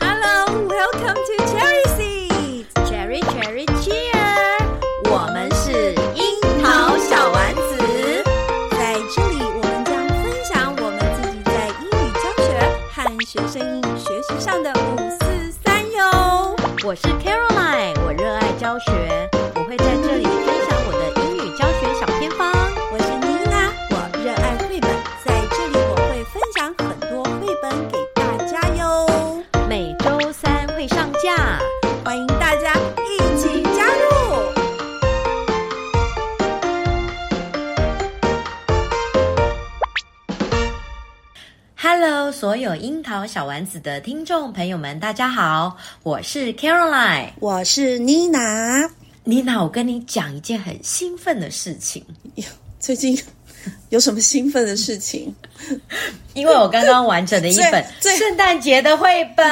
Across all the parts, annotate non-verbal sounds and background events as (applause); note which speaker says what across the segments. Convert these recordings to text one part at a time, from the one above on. Speaker 1: Hello, welcome to Cherry Seeds. Cherry, Cherry, Cheer. 我们是樱桃小丸子，在这里我们将分享我们自己在英语教学和学生英语学习上的五四三哟。
Speaker 2: 我是 Caroline，我热爱教学，我会在这里分享我的英语教学小偏方。
Speaker 1: 我是妮娜，我热爱绘本，在这里我会分享很多绘本给大家哟，
Speaker 2: 每周三会上架。
Speaker 1: 欢迎大家一起加入。
Speaker 2: Hello，所有樱桃小丸子的听众朋友们，大家好，我是 Caroline。
Speaker 1: 我是妮娜，
Speaker 2: 妮娜，我跟你讲一件很兴奋的事情，
Speaker 3: 最近 (laughs) 有什么兴奋的事情？
Speaker 2: 因为我刚刚完成了一本
Speaker 3: (laughs) 最最
Speaker 2: 圣诞节的绘
Speaker 3: (laughs)
Speaker 2: 本。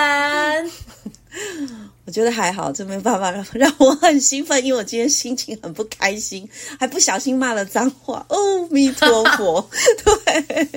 Speaker 3: 我觉得还好，这没办法让让我很兴奋，因为我今天心情很不开心，还不小心骂了脏话。哦，弥陀佛， (laughs) 对。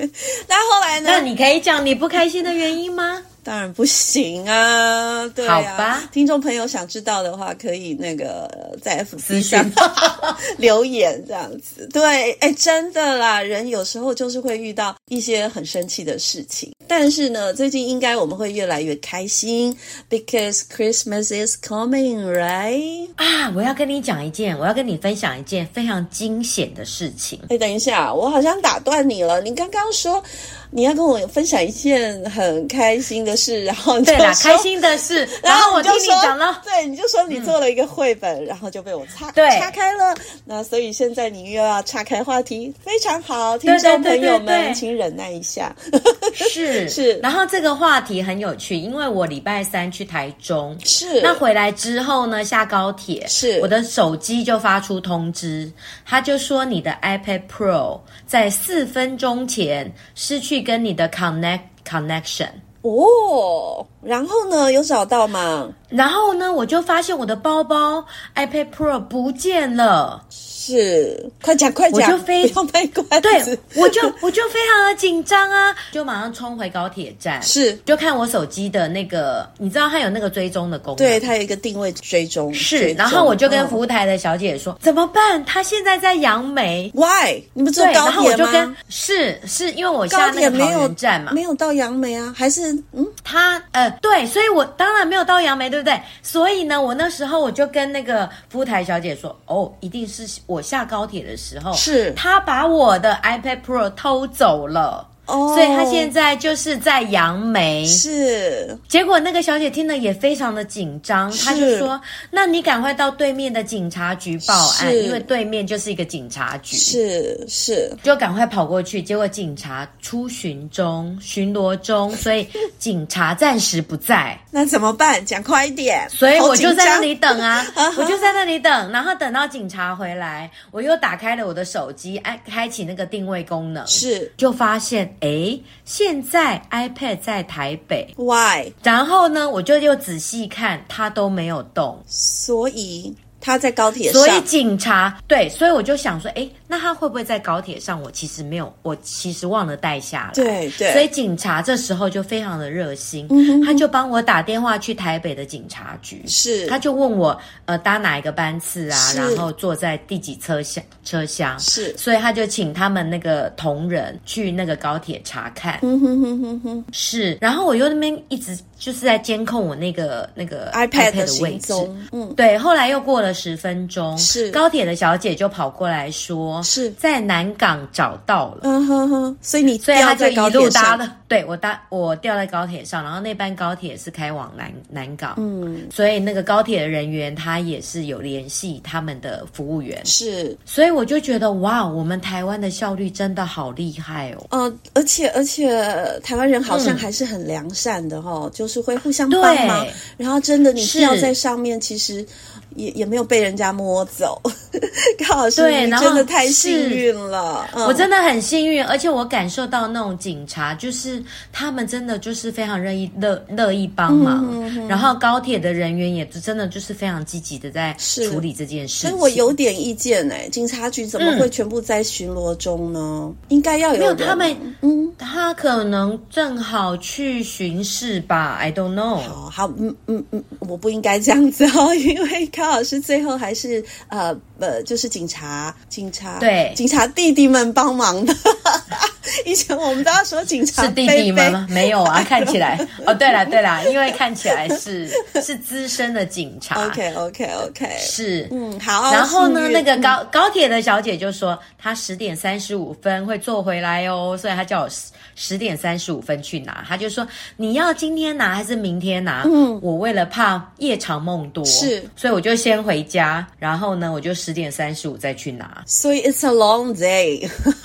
Speaker 3: 那后来呢？
Speaker 2: 那你可以讲你不开心的原因吗？
Speaker 3: 当然不行
Speaker 2: (laughs)
Speaker 3: 啊，对啊。
Speaker 2: 好吧
Speaker 3: 听众朋友想知道的话，可以那个呃在
Speaker 2: 私
Speaker 3: FB
Speaker 2: 讯
Speaker 3: 上 (laughs) 留言这样子。对，哎，真的啦，人有时候就是会遇到一些很生气的事情，但是呢，最近应该我们会越来越开心，because Christmas is coming，right？
Speaker 2: 啊，我要跟你讲一件，我要跟你分享一件非常惊险的事情。
Speaker 3: 哎，等一下，我好像打断你了。你刚刚说你要跟我分享一件很开心的事，然后你就
Speaker 2: 对啦，
Speaker 3: 说
Speaker 2: 开心的
Speaker 3: (laughs)
Speaker 2: 是，然后我
Speaker 3: 就
Speaker 2: 听你
Speaker 3: 说 (laughs)
Speaker 2: 讲了，
Speaker 3: 对，你就说你做了一个绘本，然后就被我岔
Speaker 2: 对
Speaker 3: 岔开了。那所以现在你又要岔开话题，非常好，听
Speaker 2: 对对
Speaker 3: 众
Speaker 2: 对
Speaker 3: 朋友们，
Speaker 2: 对对
Speaker 3: 请忍耐一
Speaker 2: (laughs)
Speaker 3: 下。
Speaker 2: 是
Speaker 3: 是
Speaker 2: 然后这个话题很有趣，因为我礼拜三去台中，
Speaker 3: 是，
Speaker 2: 那回来之后呢，下高铁，
Speaker 3: 是
Speaker 2: 我的手机就发出通知，他就说你的 iPad Pro 在四分钟前失去跟你的 connect connection。
Speaker 3: 哦，然后呢，有找到吗？
Speaker 2: 然后呢，我就发现我的包包 iPad Pro 不
Speaker 3: (laughs)
Speaker 2: 见了，
Speaker 3: 是，快讲快
Speaker 2: 我
Speaker 3: 讲，
Speaker 2: 就非
Speaker 3: 不要卖关子
Speaker 2: 对，我就我就非常的紧张啊，就马上冲回高铁
Speaker 3: (laughs)
Speaker 2: 站，
Speaker 3: 是
Speaker 2: 就看我手机的那个，你知道它有那个追踪的功能，
Speaker 3: 对，它有一个定位追踪，
Speaker 2: 是，
Speaker 3: 追踪
Speaker 2: 然后我就跟服
Speaker 3: 嗯
Speaker 2: 务台的小姐说、怎么办？她现在在杨梅。
Speaker 3: Why？你们坐
Speaker 2: 对，
Speaker 3: 高
Speaker 2: 然后我
Speaker 3: 铁
Speaker 2: 就
Speaker 3: 吗？
Speaker 2: 跟是是因为我
Speaker 3: 高
Speaker 2: 下那
Speaker 3: 铁
Speaker 2: 个
Speaker 3: 没
Speaker 2: 桃
Speaker 3: 有
Speaker 2: 园站嘛
Speaker 3: 没，有到杨梅啊，还是嗯，
Speaker 2: 她呃对，所以我当然没有到杨梅，对不对？所以呢，我那时候我就跟那个服务台小姐说，哦，一定是我下高铁的时候，
Speaker 3: 是
Speaker 2: 她把我的 iPad Pro 偷走了，
Speaker 3: 哦，
Speaker 2: 所以她现在就是在杨梅。
Speaker 3: 是
Speaker 2: 结果那个小姐听了也非常的紧张，
Speaker 3: 是
Speaker 2: 她就说：“那你赶快到对面的警察局报案，
Speaker 3: 是
Speaker 2: 因为对面就是一个警察局。”
Speaker 3: 是是，
Speaker 2: 就赶快跑过去，结果警察出巡中、巡逻
Speaker 3: (laughs)
Speaker 2: 中，所以警察暂时不在，
Speaker 3: 那怎么办？讲快一点。
Speaker 2: 所以
Speaker 3: 好
Speaker 2: 我就
Speaker 3: 紧
Speaker 2: 在那
Speaker 3: 张 (laughs)
Speaker 2: 里等啊
Speaker 3: 啊哈，
Speaker 2: 我就在那里等，然后等到警察回来，我又打开了我的手机，按开启那个定位功能，
Speaker 3: 是
Speaker 2: 就发现诶，现在 iPad 在台北，
Speaker 3: why，
Speaker 2: 然后呢，我就又仔细看，它都没有动，
Speaker 3: 所以他在高铁上
Speaker 2: 所以警察对，所以我就想说，诶，那他会不会在高铁上？我其实没有，我其实忘了带下来。
Speaker 3: 对对嗯
Speaker 2: 所以警察这时候就非常的热心，他就帮我打电话去台北的警察局，
Speaker 3: 是
Speaker 2: 他就问我呃搭哪一个班次啊，
Speaker 3: 是
Speaker 2: 然后坐在第几车厢车厢。
Speaker 3: 是
Speaker 2: 所以他就请他们那个同仁去那个高铁查看，
Speaker 3: 嗯哼哼哼哼
Speaker 2: 是，然后我又那边一直就是在监控我那个那个
Speaker 3: iPad 的
Speaker 2: 的位
Speaker 3: 行
Speaker 2: 置，
Speaker 3: 踪，嗯
Speaker 2: 对，后来又过了十分钟，
Speaker 3: 是
Speaker 2: 高铁的小姐就跑过来说：“哦，
Speaker 3: 是
Speaker 2: 在南港找到了。
Speaker 3: 嗯哼哼，所以你
Speaker 2: 所以他
Speaker 3: 掉
Speaker 2: 就
Speaker 3: 在高
Speaker 2: 一路
Speaker 3: 铁
Speaker 2: 搭
Speaker 3: 上，
Speaker 2: 了，对我搭我掉在高铁上，然后那班高铁是开往南南港，嗯，所以那个高铁的人员他也是有联系他们的服务员，
Speaker 3: 是
Speaker 2: 所以我就觉得哇，我们台湾的效率真的好厉害哦，
Speaker 3: 呃，而且而且台湾人好像
Speaker 2: 嗯
Speaker 3: 还是很良善的哈、就是会互相
Speaker 2: 对
Speaker 3: 帮忙。然后真的你
Speaker 2: 是
Speaker 3: 掉在上面，其实也也没有被人家摸走， (laughs) 高老师
Speaker 2: 对
Speaker 3: 你
Speaker 2: 然
Speaker 3: 真的
Speaker 2: 后
Speaker 3: 太
Speaker 2: 是
Speaker 3: 幸运了。嗯、
Speaker 2: 我真的很幸运，而且我感受到那种警察，就是他们真的就是非常乐意乐乐意帮忙，
Speaker 3: 嗯
Speaker 2: 然后高铁的人员也真的就是非常积极的在
Speaker 3: 是
Speaker 2: 处理这件事
Speaker 3: 所以
Speaker 2: 情。
Speaker 3: 我有点意见哎、警察局怎么
Speaker 2: 嗯
Speaker 3: 会全部在巡逻中呢？应该要
Speaker 2: 没有
Speaker 3: 人
Speaker 2: 他们，
Speaker 3: 嗯，
Speaker 2: 他可能正好去巡视吧，I don't know。
Speaker 3: 好好，嗯嗯嗯，我不应该这样子哦， (laughs) 因为高老师最后还是呃呃，就是警察，警察
Speaker 2: 对
Speaker 3: 警察弟弟们帮忙
Speaker 2: (laughs)
Speaker 3: 的。以前我们都要说警察
Speaker 2: 是弟弟们吗？没有
Speaker 3: (laughs)
Speaker 2: 啊，看起来哦，对了对了，因为看起来是是资深的
Speaker 3: (laughs)
Speaker 2: 警察
Speaker 3: OK OK OK，
Speaker 2: 是
Speaker 3: 嗯好。嗯
Speaker 2: 然后呢，
Speaker 3: 幸运
Speaker 2: 那个高高铁的小姐就说，她十点三十五分会坐回来哦，所以她叫我十十点三十五分去拿。她就说你要今天拿还是明天拿？嗯，我为了怕夜长梦多，
Speaker 3: 是，
Speaker 2: 所以我就先回家，然后呢，我就十点三十五再去拿。
Speaker 3: 所以 it's a long day，
Speaker 2: (laughs)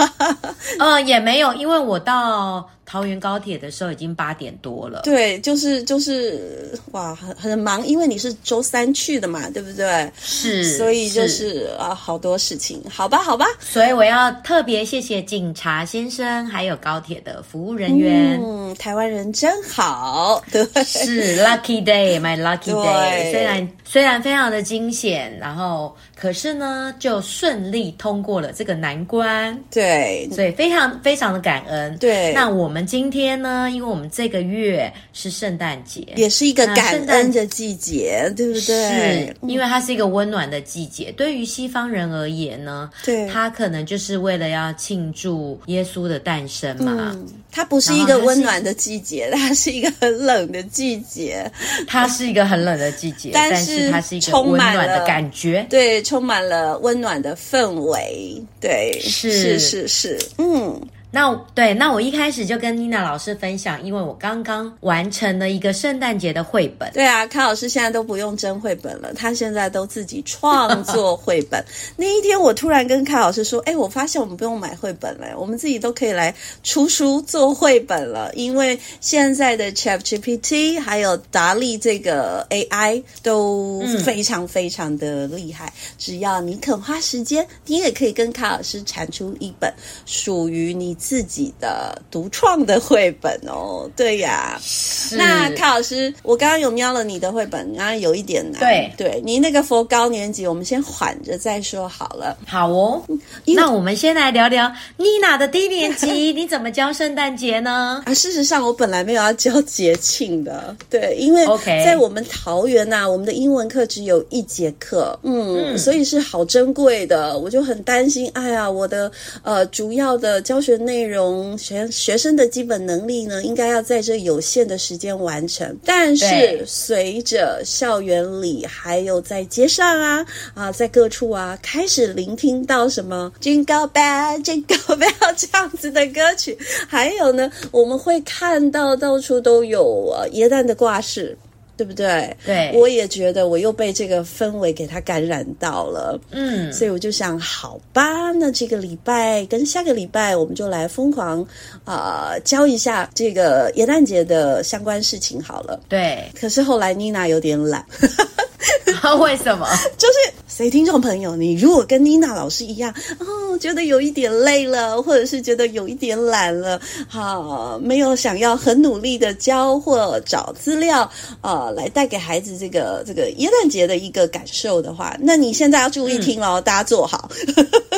Speaker 2: 呃，也没有，因为我到桃园高铁的时候已经八点多了。
Speaker 3: 对，就是就是哇，很很忙，因为你是周三去的嘛，对不对？
Speaker 2: 是，
Speaker 3: 所以就是啊，好多事情，好吧，好吧，
Speaker 2: 所以我要特别谢谢警察先生，还有高铁的服务人员。
Speaker 3: 嗯，台湾人真好，对，
Speaker 2: 是 lucky day，my lucky
Speaker 3: 对
Speaker 2: day。虽然虽然非常的惊险，然后可是呢，就顺利通过了这个难关，
Speaker 3: 对，
Speaker 2: 所以非常非常的感恩。
Speaker 3: 嗯对
Speaker 2: 那我们今天呢，因为我们这个月是圣诞节，
Speaker 3: 也是一个
Speaker 2: 那
Speaker 3: 感
Speaker 2: 圣诞
Speaker 3: 恩的季节，对不对？
Speaker 2: 是因为它是一个温暖的季节，对于西方人而言呢，
Speaker 3: 对
Speaker 2: 他可能就是为了要庆祝耶稣的诞生嘛，
Speaker 3: 嗯，它不是一
Speaker 2: 然
Speaker 3: 个
Speaker 2: 后它是
Speaker 3: 温暖的季节，它是一个很冷的季节，
Speaker 2: 它是一个很冷的季节，
Speaker 3: 但
Speaker 2: 但
Speaker 3: 是
Speaker 2: 它是一个
Speaker 3: 充
Speaker 2: 温
Speaker 3: 满
Speaker 2: 暖的
Speaker 3: 了
Speaker 2: 感觉。
Speaker 3: 对，充满了温暖的氛围，对，
Speaker 2: 是
Speaker 3: 是是是，嗯，
Speaker 2: 那对，那我一开始就跟妮娜老师分享，因为我刚刚完成了一个圣诞节的绘本。
Speaker 3: 对啊，康老师现在都不用真绘本了，他现在都自己创作绘
Speaker 2: (laughs)
Speaker 3: 本。那一天，我突然跟康老师说：“哎，我发现我们不用买绘本了，我们自己都可以来出书做绘本了，因为现在的 Chat GPT 还有达利这个 AI 都非常非常的厉害。只要你肯花时间，你也可以跟康老师产出一本属于你自己的独创的绘本哦。对呀、
Speaker 2: 是
Speaker 3: 那卡老师，我刚刚有瞄了你的绘本，然后有一点难。
Speaker 2: 对
Speaker 3: 对你那个佛高年级，我们先缓着再说好了。
Speaker 2: 好哦，
Speaker 3: 嗯因为
Speaker 2: 那我们先来聊聊妮娜的低年级，你怎么教圣诞节呢？
Speaker 3: 啊，事实上我本来没有要教节庆的，对，因为
Speaker 2: OK
Speaker 3: 在我们桃园呐、我们的英文课只有一节课，嗯，所以是好珍贵的，我就很担心，哎呀，我的呃主要的教学内容，学学生的基本能力呢，应该要在这有限的时间完成，但是
Speaker 2: 对
Speaker 3: 随着校园里还有在街上啊啊，在各处啊，开始聆听到什么 Jingle Bell、Jingle (laughs) Bell 这样子的歌曲，还有呢，我们会看到到处都有呃耶诞的挂饰。对不对？
Speaker 2: 对
Speaker 3: 我也觉得我又被这个氛围给它感染到了。
Speaker 2: 嗯，
Speaker 3: 所以我就想，好吧，那这个礼拜跟下个礼拜，我们就来疯狂啊、呃教一下这个元旦节的相关事情好了。
Speaker 2: 对， (laughs)
Speaker 3: 可是后来妮娜有点懒， (laughs)
Speaker 2: 为什么？
Speaker 3: 就是所以听众朋友，你如果跟妮娜老师一样，哦，觉得有一点累了，或者是觉得有一点懒了，啊，没有想要很努力的教或找资料，呃，来带给孩子这个这个耶诞节的一个感受的话，那你现在要注意听喽，大家坐好。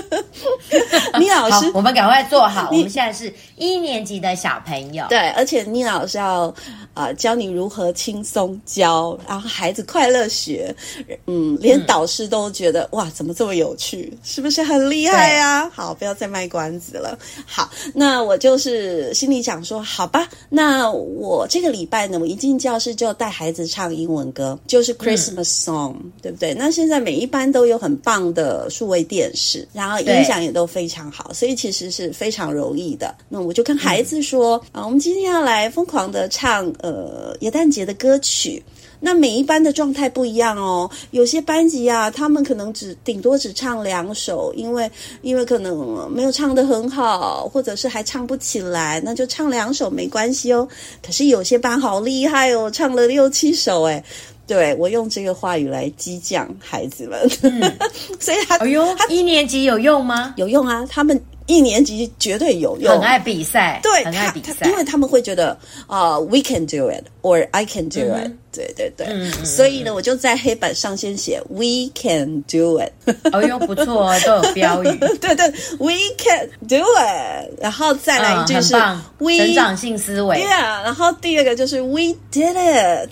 Speaker 3: (laughs) 妮娜老
Speaker 2: 好
Speaker 3: 师，
Speaker 2: 我们赶快坐好，我们现在是一年级的小朋友。
Speaker 3: 对，而且妮娜老师要啊、呃教你如何轻松教，然后孩子快乐学，嗯，连导师都觉得、哇，怎么这么有趣，是不是很厉害啊，好，不要再卖关子了。好，那我就是心里想说，好吧，那我这个礼拜呢，我一进教室就带孩子唱英文歌，就是 Christmas song，、对不对？那现在每一班都有很棒的数位电视，然后音响也都非常好，所以其实是非常容易的。那我就跟孩子说、啊，我们今天要来疯狂的唱呃耶诞节的歌曲。那每一班的状态不一样哦，有些班级啊，他们可能只顶多只唱两首，因为因为可能没有唱得很好，或者是还唱不起来，那就唱两首没关系哦。可是有些班好厉害哦，唱了六七首哎。对我用这个话语来激将孩子们，
Speaker 2: 嗯
Speaker 3: (laughs) 所以他
Speaker 2: 哎呦，一年级有用吗？
Speaker 3: 有用啊，他们一年级绝对有用，
Speaker 2: 很爱比赛，
Speaker 3: 对，
Speaker 2: 很
Speaker 3: 他
Speaker 2: 爱比
Speaker 3: 他
Speaker 2: 赛
Speaker 3: 因。为他们会觉得啊、w e can do it or I can do it，、对
Speaker 2: 嗯
Speaker 3: 对对，所以呢，我就在黑板上先写 We can do it，
Speaker 2: 哎呦，不错哦，都有
Speaker 3: (laughs)
Speaker 2: 标语，
Speaker 3: 对对，We can do it，然后再来一
Speaker 2: 嗯，
Speaker 3: 句
Speaker 2: 很
Speaker 3: 是、
Speaker 2: 棒，
Speaker 3: We
Speaker 2: 成长性思维。
Speaker 3: yeah，然后第二个就是 We did it，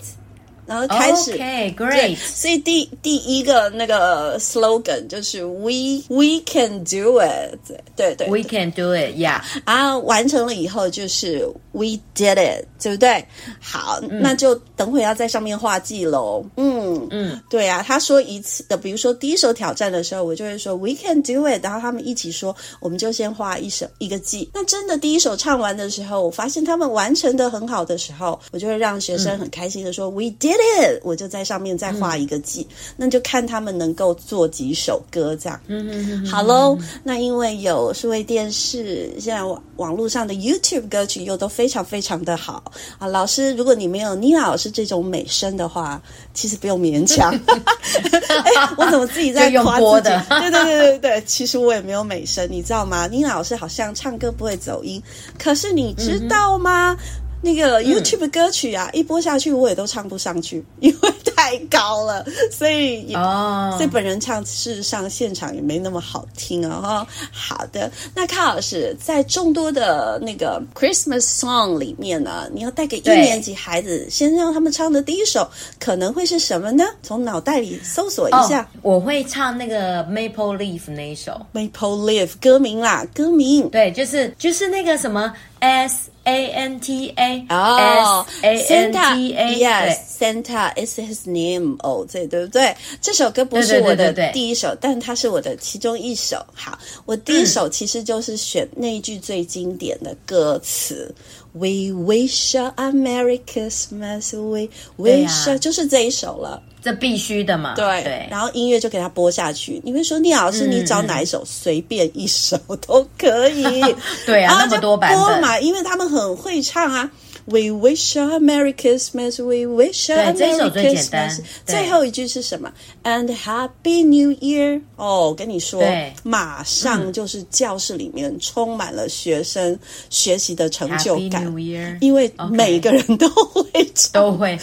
Speaker 3: 然后开始。对，
Speaker 2: OK，Great，
Speaker 3: 所以第第一个那个 slogan 就是 We We can do it，对对对
Speaker 2: We can do it，Yeah，
Speaker 3: 啊，完成了以后就是 we did it，对不对？好，那就等会要在上面画记喽。嗯
Speaker 2: 嗯，
Speaker 3: (laughs) 对啊，他说一次的，比如说第一首挑战的时候，我就会说 we can do it，然后他们一起说，我们就先画一首一个记。那真的第一首唱完的时候，我发现他们完成的很好的时候，我就会让学生很开心的说、we did it，我就在上面再画一个记，那就看他们能够做几首歌这样。
Speaker 2: 嗯
Speaker 3: 好喽，那因为有数位电视，现在网网络上的 YouTube 歌曲又都非常非常的好啊。老师，如果你没有妮娜老师这种美声的话，其实不用勉强。哎，我怎么自己在
Speaker 2: 就用
Speaker 3: 夸
Speaker 2: 播
Speaker 3: 自己
Speaker 2: 的？
Speaker 3: 对对对对对，其实我也没有美声，你知道吗？妮娜老师好像唱歌不会走音，可是你知道吗？那个 YouTube 歌曲啊，一播下去我也都唱不上去，因为太高了，所以也
Speaker 2: 哦
Speaker 3: 所以，本人唱，事实上现场也没那么好听哦。哈好的，那康老师在众多的那个 Christmas song 里面呢，你要带给一
Speaker 2: 对
Speaker 3: 年级孩子，先让他们唱的第一首可能会是什么呢？从脑袋里搜索一下、
Speaker 2: 哦我会唱那个 Maple Leaf 那一首，
Speaker 3: Maple Leaf 歌名啦，歌名。
Speaker 2: 对，就是就是那个什么 S A N T A
Speaker 3: 哦
Speaker 2: S A N T A，
Speaker 3: ，Santa，Yes，Santa is his name。哦，这对不对？这首歌不是
Speaker 2: 对对对
Speaker 3: 我的
Speaker 2: 对对
Speaker 3: 第一首，但它是我的其中一首。好，我第一
Speaker 2: 嗯
Speaker 3: 首其实就是选那一句最经典的歌词。We wish you a Merry Christmas. We
Speaker 2: 对呀
Speaker 3: wish you、就是这一首了。
Speaker 2: 这必须的嘛，
Speaker 3: 对，
Speaker 2: 啊对
Speaker 3: 然后音乐就给它播下去。你会说，聂老师，你找哪一首？随便一首都可以。
Speaker 2: (laughs) 对啊
Speaker 3: 然后
Speaker 2: 那么
Speaker 3: 就
Speaker 2: 多版
Speaker 3: 播
Speaker 2: 本
Speaker 3: 嘛，因为他们很会唱啊。We wish you a Merry Christmas. We wish you a
Speaker 2: 对这一首
Speaker 3: Merry
Speaker 2: 最简单
Speaker 3: Christmas.
Speaker 2: 对
Speaker 3: 最后一句是什么？And Happy New Year. 哦，我跟你说
Speaker 2: 对，
Speaker 3: 马上就是教室里面充满了学生学习的成就
Speaker 2: ，Happy
Speaker 3: 感
Speaker 2: New Year，
Speaker 3: 因为
Speaker 2: OK
Speaker 3: 每个人都会唱。
Speaker 2: 都
Speaker 3: (laughs)
Speaker 2: 会，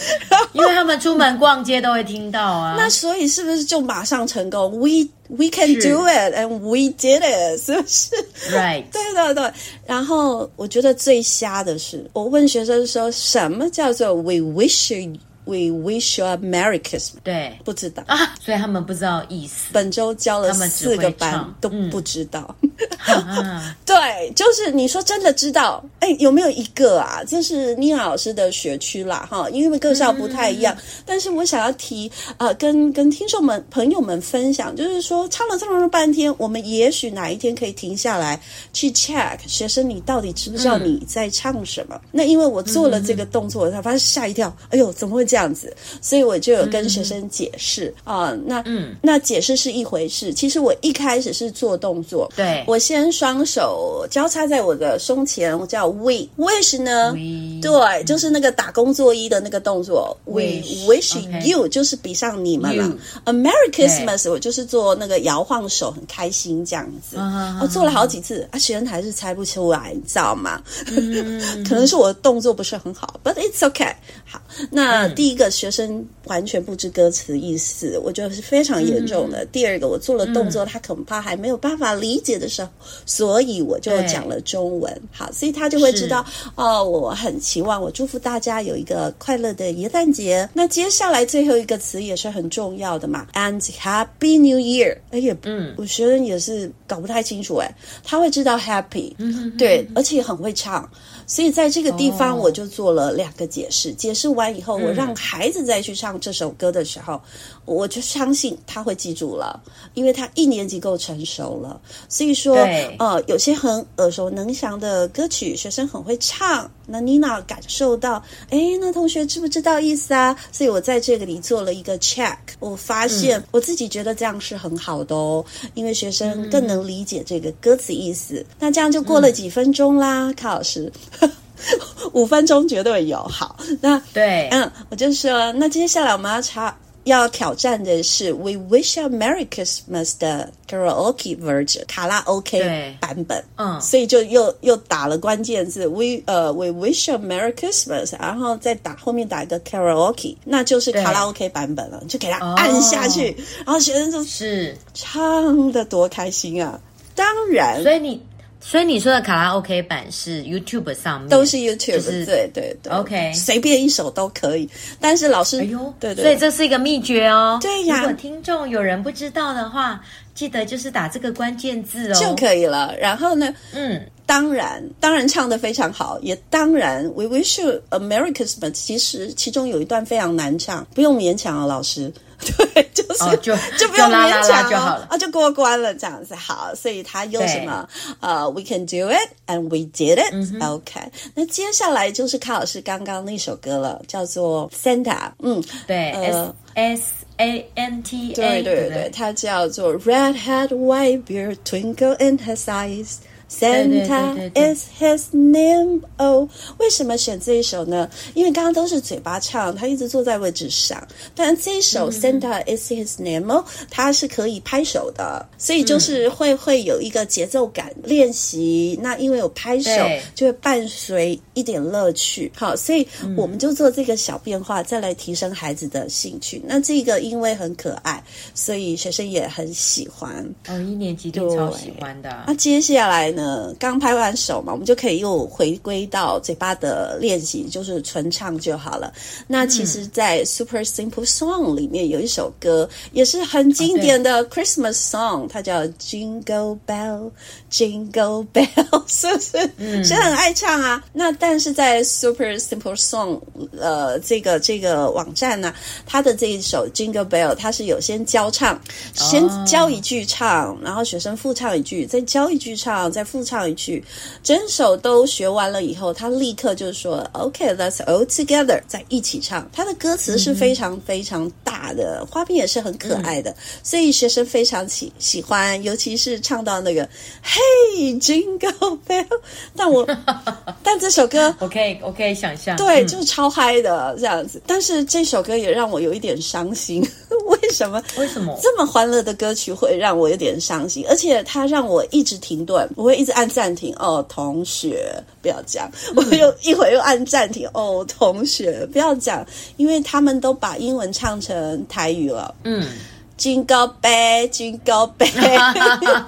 Speaker 2: 因为他们出门逛街都会听到啊。
Speaker 3: 那所以是不是就马上成功？We we can do it and we did it，是不是？
Speaker 2: Right，
Speaker 3: (laughs) 对对对。然后我觉得最瞎的是，我问学生说什么叫做 We wish you We wish you a Merry Christmas，
Speaker 2: 对
Speaker 3: 不知道。
Speaker 2: 啊，所以他们不知道意思
Speaker 3: 本周教了
Speaker 2: 他们只
Speaker 3: 四个
Speaker 2: 会
Speaker 3: 班
Speaker 2: 唱
Speaker 3: 都
Speaker 2: 嗯
Speaker 3: 不知道。
Speaker 2: 啊，
Speaker 3: 对，就是你说真的知道，哎，有没有一个啊？这是妮老师的学区啦，哈，因为各校不太一样。但是我想要提，呃，跟跟听众们、朋友们分享，就是说唱了唱了半天，我们也许哪一天可以停下来去 check 学生，你到底知不知道你在唱什么？那因为我做了这个动作，我才发现吓一跳，哎呦，怎么会这样子？所以我就有跟学生解释啊、那
Speaker 2: 嗯
Speaker 3: 那解释是一回事，其实我一开始是做动作，
Speaker 2: 对
Speaker 3: 我先双手交叉在我的胸前，我叫 we wish 呢
Speaker 2: We
Speaker 3: 对，就是那个打工作揖的那个动作。We
Speaker 2: Wish，
Speaker 3: wish
Speaker 2: OK
Speaker 3: you 就是比上你们了
Speaker 2: You。
Speaker 3: A Merry Christmas，我就是做那个摇晃手，很开心这样子。哦
Speaker 2: 啊
Speaker 3: 我做了好几次，啊，学生还是猜不出来，你知道吗？
Speaker 2: 嗯
Speaker 3: 可能是我的动作不是很好，but it's okay。好，那第一个学生完全不知歌词意思，我觉得是非常严重的。第二个，我做了动作，他恐怕还没有办法理解的时候，所以我就讲了中文。好，所以他就会知道哦，我很期望，我祝福大家有一个快乐的元旦节。那接下来最后一个词也是很重要的嘛，and Happy New Year。哎也，嗯，我学生也是搞不太清楚哎，他会知道 Happy，对，而且很会唱。所以在这个地方，
Speaker 2: 哦
Speaker 3: 我就做了两个解释。解释完以后，我让孩子再去唱这首歌的时候，我就相信他会记住了，因为他一年级够成熟了。所以说
Speaker 2: 对，
Speaker 3: 呃，有些很耳熟能详的歌曲，学生很会唱。那妮娜感受到，哎，那同学知不知道意思啊？所以我在这个里做了一个 check，我发现、我自己觉得这样是很好的哦，因为学生更能理解这个歌词意思。那这样就过了几分钟啦，卡老师。 (laughs) 五分钟绝对有好，那
Speaker 2: 对，
Speaker 3: 嗯，我就说，那接下来我们要查要挑战的是 We Wish You a Merry Christmas 的 Karaoke version 卡拉 OK
Speaker 2: 对
Speaker 3: 版本。
Speaker 2: 嗯
Speaker 3: 所以就又又打了关键字 We 呃 We Wish You a Merry Christmas，然后再打后面打一个 Karaoke，那就是
Speaker 2: 对，
Speaker 3: 卡拉 OK 版本了，你就给它按下去，然后学生就是唱的多开心啊！当然
Speaker 2: 所以你，所以你说的卡拉 OK 版是 YouTube 上面
Speaker 3: 都是 YouTube，、
Speaker 2: 是
Speaker 3: 对对对
Speaker 2: OK
Speaker 3: 随便一首都可以。但是老师，
Speaker 2: 哎呦，
Speaker 3: 对对，
Speaker 2: 所以这是一个秘诀哦。
Speaker 3: 对呀
Speaker 2: 如果听众有人不知道的话，记得就是打这个关键字哦。
Speaker 3: 就可以了。然后呢，
Speaker 2: 嗯，
Speaker 3: 当然，当然唱的非常好，也当然，We Wish You a Merry Christmas。其实其中有一段非常难唱，不用勉强啊，老师。 (laughs) 对，就是、
Speaker 2: 哦就
Speaker 3: (laughs) 就不用
Speaker 2: 就拉
Speaker 3: 勉
Speaker 2: 拉拉
Speaker 3: 强哦
Speaker 2: 就好了
Speaker 3: 啊，就过关了这样子。好，所以他用
Speaker 2: 对嗯
Speaker 3: 什么？呃，We can do it and we did it、OK，那接下来就是卡老师刚刚那首歌了，叫做 Santa。嗯，
Speaker 2: 对
Speaker 3: 呃
Speaker 2: ，S S A N T A，
Speaker 3: 对对
Speaker 2: 对
Speaker 3: 对对，它叫做 Red Hat White Beard Twinkle in His Eyes。Santa
Speaker 2: 对对对对
Speaker 3: is his name. Oh，为什么选这一首呢？因为刚刚都是嘴巴唱，他一直坐在位置上。但这一首 Santa is his name，哦，它是可以拍手的，所以就是会会有一个节奏感练习。那因为有拍手
Speaker 2: 对，
Speaker 3: 就会伴随一点乐趣。好，所以我们就做这个小变化，再来提升孩子的兴趣。那这个因为很可爱，所以学生也很喜欢。
Speaker 2: 哦，一年级一定超喜欢的啊
Speaker 3: 那。接下来呢，刚拍完手嘛，我们就可以又回归到嘴巴的练习，就是纯唱就好了。那其实，在 Super Simple Song 里面有一首歌，也是很经典的 Christmas song，、它叫 Jingle Bell Jingle Bell，是 (laughs) 不是？谁很爱唱啊？那但是在 Super Simple Song 呃这个这个网站呢、它的这一首 Jingle Bell，它是有先教唱，先
Speaker 2: 哦
Speaker 3: 教一句唱，然后学生复唱一句，再教一句唱，再复唱一句，整首都学完了以后，他立刻就说 “OK，let's、all together”，再一起唱。他的歌词
Speaker 2: 嗯
Speaker 3: 是非常非常大的，画面也是很可爱的，
Speaker 2: 嗯
Speaker 3: 所以学生非常喜喜欢，尤其是唱到那个 “Hey Jingle Bell”，但 (laughs)
Speaker 2: (laughs)
Speaker 3: 我但这首歌
Speaker 2: 我可以，我可以想象，
Speaker 3: 对，
Speaker 2: 嗯
Speaker 3: 就是超嗨的这样子。但是这首歌也让我有一点伤心， (laughs) 为什么？
Speaker 2: 为什么
Speaker 3: 这么欢乐的歌曲会让我有点伤心？而且它让我一直停顿，我会一直按暂停。哦，同学，不要讲，
Speaker 2: 嗯
Speaker 3: 我又一会儿又按暂停。哦，同学，不要讲，因为他们都把英文唱成台语了。
Speaker 2: 嗯，
Speaker 3: 军高杯，军高杯，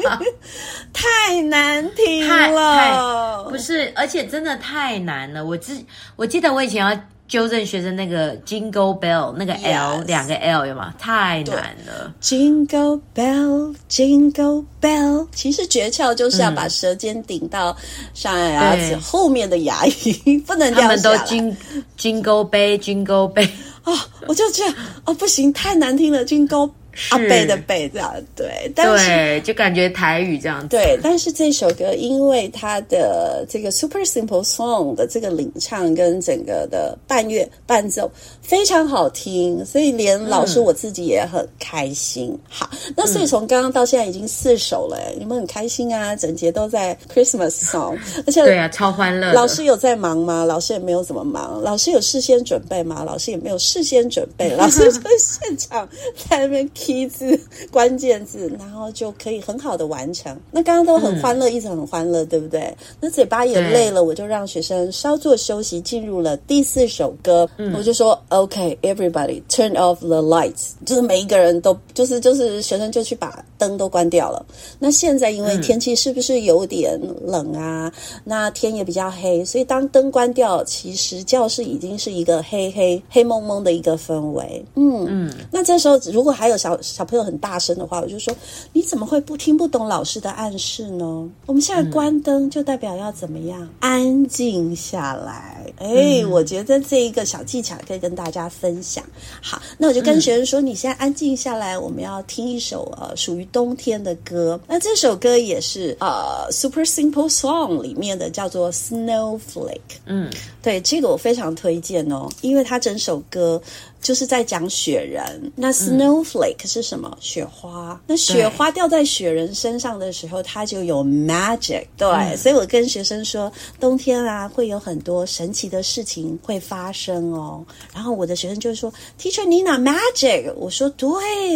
Speaker 2: (laughs)
Speaker 3: 太难听
Speaker 2: 太
Speaker 3: 了。
Speaker 2: 不是，而且真的太难了。我记我记得我以前要纠正学生那个 Jingle Bell 那个 L
Speaker 3: Yes
Speaker 2: 两个 L 有吗？太难了。
Speaker 3: Jingle bell, jingle bell。其实诀窍就是要把舌尖顶到上牙齿
Speaker 2: 嗯对
Speaker 3: 后面的牙龈，不能
Speaker 2: 他
Speaker 3: 掉
Speaker 2: 们
Speaker 3: 下
Speaker 2: 都
Speaker 3: 来。
Speaker 2: 金金钩杯，金钩杯，
Speaker 3: 哦，我就觉得哦不行，太难听了，jingle
Speaker 2: 是
Speaker 3: 阿啊贝的贝这样对，但是。
Speaker 2: 对，就感觉台语这样子。
Speaker 3: 对，但是这首歌因为它的这个 Super Simple Song 的这个领唱跟整个的伴乐伴奏非常好听，所以连老师我自己也很开心。好，那所以从刚刚到现在已经四首了，你们很开心啊，整节都在 Christmas Song，而且
Speaker 2: 对啊，超欢乐的。
Speaker 3: 老师有在忙吗？老师也没有怎么忙。
Speaker 2: (laughs)
Speaker 3: 老师有事先准备吗？老师也没有事先准备。老师就在现场在那边 Q 梯字、关键字，然后就可以很好的完成。那刚刚都很欢乐，一直很欢乐，对不对？那嘴巴也累了，我就让学生稍作休息，进入了第四首歌。我就说，OK，everybody、turn off the lights，就是每一个人都就是就是学生就去把灯都关掉了。那现在因为天气是不是有点冷啊？那天也比较黑，所以当灯关掉，其实教室已经是一个黑黑黑蒙蒙的一个氛围。嗯嗯。那这时候如果还有小小朋友很大声的话，我就说你怎么会不听不懂老师的暗示呢？我们现在关灯就代表要怎么样？安静下来。哎、我觉得这一个小技巧可以跟大家分享。好，那我就跟学生说，你现在安静下来，我们要听一首呃属于冬天的歌。那这首歌也是呃 Super Simple Song 里面的，叫做 Snowflake。
Speaker 2: 嗯，
Speaker 3: 对，这个我非常推荐哦，因为它整首歌就是在讲雪人。那 snowflake 是什么？雪花。那雪花掉在雪人身上的时候，它就有 magic。对，所以我跟学生说，冬天啊会有很多神奇的事情会发生哦。然后我的学生就说，Teacher Nina magic。我说对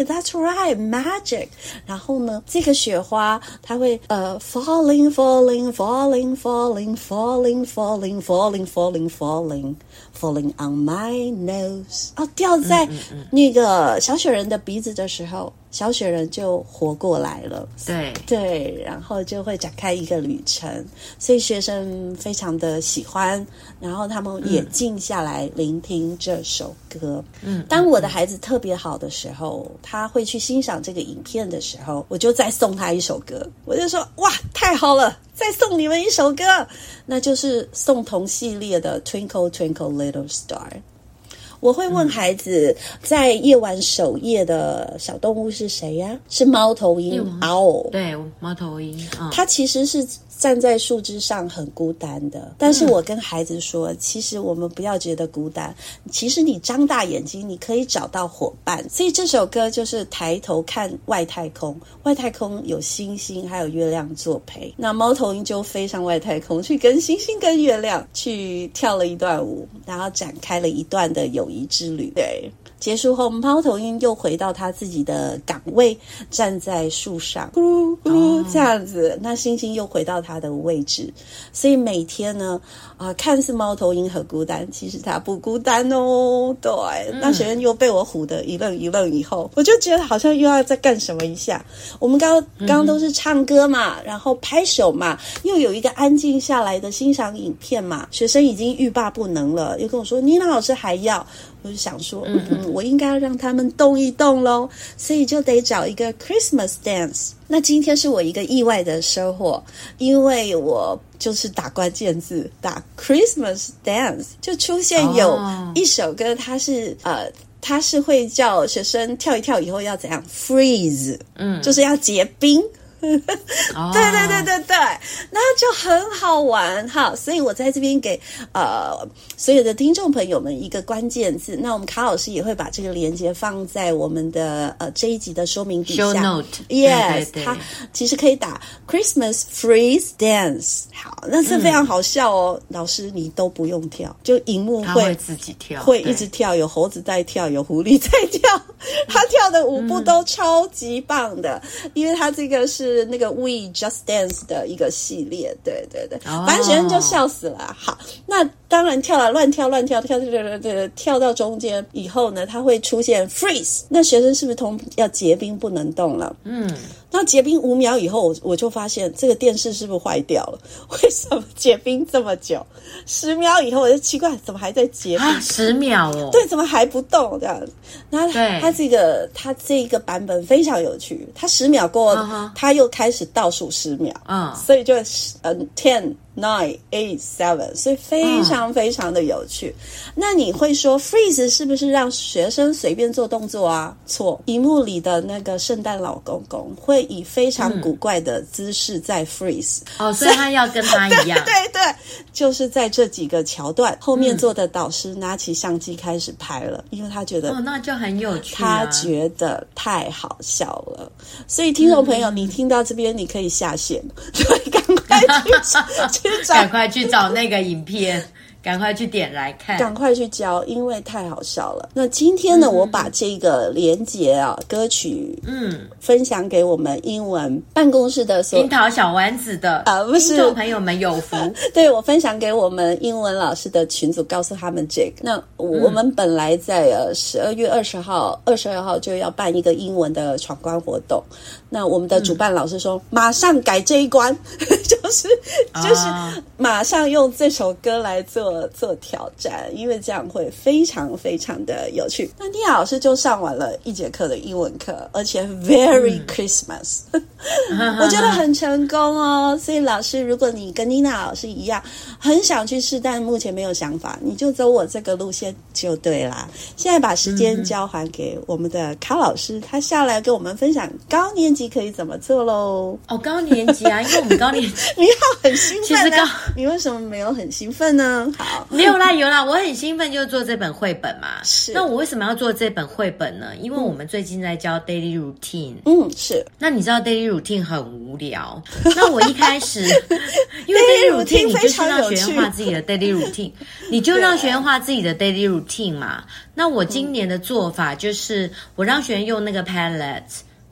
Speaker 3: ，That's right magic。然后呢，这个雪花它会呃 falling falling falling falling falling falling falling falling falling falling on my nose，哦，掉在那个小雪人的鼻子的时候，小雪人就活过来了。
Speaker 2: 对，
Speaker 3: 对，然后就会展开一个旅程，所以学生非常的喜欢，然后他们也静下来聆听这首歌。嗯，当我的孩子特别好的时候，他会去欣赏这个影片的时候，我就再送他一首歌，我就说哇，太好了。再送你们一首歌，那就是送同系列的《Twinkle Twinkle Little Star》。我会问孩子，在夜晚守夜的小动物是谁呀、是猫头鹰哦
Speaker 2: 夜晚
Speaker 3: owl。
Speaker 2: 对，猫头鹰啊，
Speaker 3: 它其实是站在树枝上很孤单的。但是我跟孩子说，其实我们不要觉得孤单，其实你张大眼睛，你可以找到伙伴。所以这首歌就是抬头看外太空，外太空有星星还有月亮作陪。那猫头鹰就飞上外太空去跟星星跟月亮去跳了一段舞，然后展开了一段的友谊之旅。对。结束后，猫头鹰又回到它自己的岗位，站在树上，咕噜咕噜这样子。那星星又回到它的位置，所以每天呢，啊、看似猫头鹰很孤单，其实它不孤单哦。对，那学生又被我唬得一愣一愣，以后我就觉得好像又要再干什么一下。我们刚刚刚都是唱歌嘛，然后拍手嘛，又有一个安静下来的欣赏影片嘛，学生已经欲罢不能了，又跟我说：“妮娜老师还要。”我就想说，嗯嗯，我应该要让他们动一动喽，所以就得找一个 Christmas dance。那今天是我一个意外的收获，因为我就是打关键字打 Christmas dance，就出现有
Speaker 2: 哦
Speaker 3: 一首歌，它是呃。它是会叫学生跳一跳以后要怎样 freeze，
Speaker 2: 嗯，
Speaker 3: 就是要结冰，
Speaker 2: 哦
Speaker 3: 对对对，对对，那就很好玩哈。所以我在这边给呃所有的听众朋友们一个关键字，那我们卡老师也会把这个链接放在我们的呃这一集的说明底下。
Speaker 2: Show note，
Speaker 3: Yes，
Speaker 2: 对对对
Speaker 3: 它其实可以打 Christmas Freeze Dance。好，那
Speaker 2: 嗯
Speaker 3: 是非常好笑哦，老师你都不用跳，就荧幕
Speaker 2: 它会自己跳，
Speaker 3: 会
Speaker 2: 对
Speaker 3: 一直跳，有猴子在跳，有狐狸在跳，他跳的舞步都超级棒的，因为他这个是那个 We Just Dance 的一个系列，对对对，
Speaker 2: 哦
Speaker 3: 反正学生就笑死了。好，那当然跳了，乱跳乱跳，跳跳跳跳跳，跳到中间以后呢，它会出现 freeze，那学生是不是通要结冰不能动了？
Speaker 2: 嗯，
Speaker 3: 那结冰五秒以后，我我就发现这个电视是不是坏掉了？为什么结冰这么久？十秒以后我就奇怪，怎么还在结冰？
Speaker 2: 啊，十秒哦，
Speaker 3: 对，怎么还不动这样？那
Speaker 2: 对
Speaker 3: 他这个他这个版本非常有趣，他十秒过
Speaker 2: 嗯哼
Speaker 3: 后，他又开始倒数十秒，
Speaker 2: 嗯
Speaker 3: 所以就是嗯 ten nine eight seven，所以非常非常的有趣。
Speaker 2: 啊
Speaker 3: 那你会说 freeze 是不是让学生随便做动作啊？错，荧幕里的那个圣诞老公公会以非
Speaker 2: 嗯
Speaker 3: 常古怪的姿势在 freeze，、
Speaker 2: 哦，所以他要跟他一样，
Speaker 3: (laughs)
Speaker 2: (laughs)
Speaker 3: 对对，就是在这几个桥段后面坐的导师拿起相机开始拍了，因为他觉得
Speaker 2: 哦，那就很有趣啊，
Speaker 3: 他觉得太好笑了，所以听众朋友，你听到这边你可以下线，对，赶快去去找
Speaker 2: 赶快去找那个影片， (laughs) 赶快去点来看。
Speaker 3: 赶快去教，因为太好笑了。那今天呢，我把这个连接啊歌曲
Speaker 2: 嗯，
Speaker 3: 分享给我们英文办公室的所
Speaker 2: 樱桃小丸子的
Speaker 3: 啊不是
Speaker 2: 听众朋友们有福，
Speaker 3: 对我分享给我们英文老师的群组，告诉他们这个。那我们本来在呃十二月二十号、二十二号就要办一个英文的闯关活动，那我们的主办老师说、马上改这一关，就是 (laughs) 就是
Speaker 2: 啊
Speaker 3: 马上用这首歌来做做挑战，因为这样会非常非常的有趣。那聂老师就上完了一节课的英文课，而且 Very Christmas，、我觉得很成功哦。所以老师，如果你跟妮娜老师一样，很想去试，但目前没有想法，你就走我这个路线就对啦。现在把时间交还给我们的卡老师，他下来跟我们分享高年级可以怎么做喽。
Speaker 2: 哦，高年级啊，因为我们高年级。
Speaker 3: 你要很兴
Speaker 2: 其实
Speaker 3: 奋呢、啊
Speaker 2: 刚
Speaker 3: 你为什么没有很兴奋呢？好，
Speaker 2: 没有啦，有啦，我很兴奋，就是做这本绘本嘛。
Speaker 3: 是
Speaker 2: 那我为什么要做这本绘本呢？因为我们最近在教 daily routine，、
Speaker 3: 嗯，是
Speaker 2: 那你知道 daily routine 很无聊。那我一开
Speaker 3: (laughs)
Speaker 2: 始，因为
Speaker 3: Daily
Speaker 2: daily
Speaker 3: routine
Speaker 2: routine 你
Speaker 3: 非
Speaker 2: 就是
Speaker 3: 常
Speaker 2: 让
Speaker 3: 有
Speaker 2: 学员
Speaker 3: 趣
Speaker 2: 画自己的
Speaker 3: (laughs)
Speaker 2: daily routine，你就让
Speaker 3: 对
Speaker 2: 学员画自己的 daily routine 嘛。那我今年的做法就是，我让学员用那个 palette。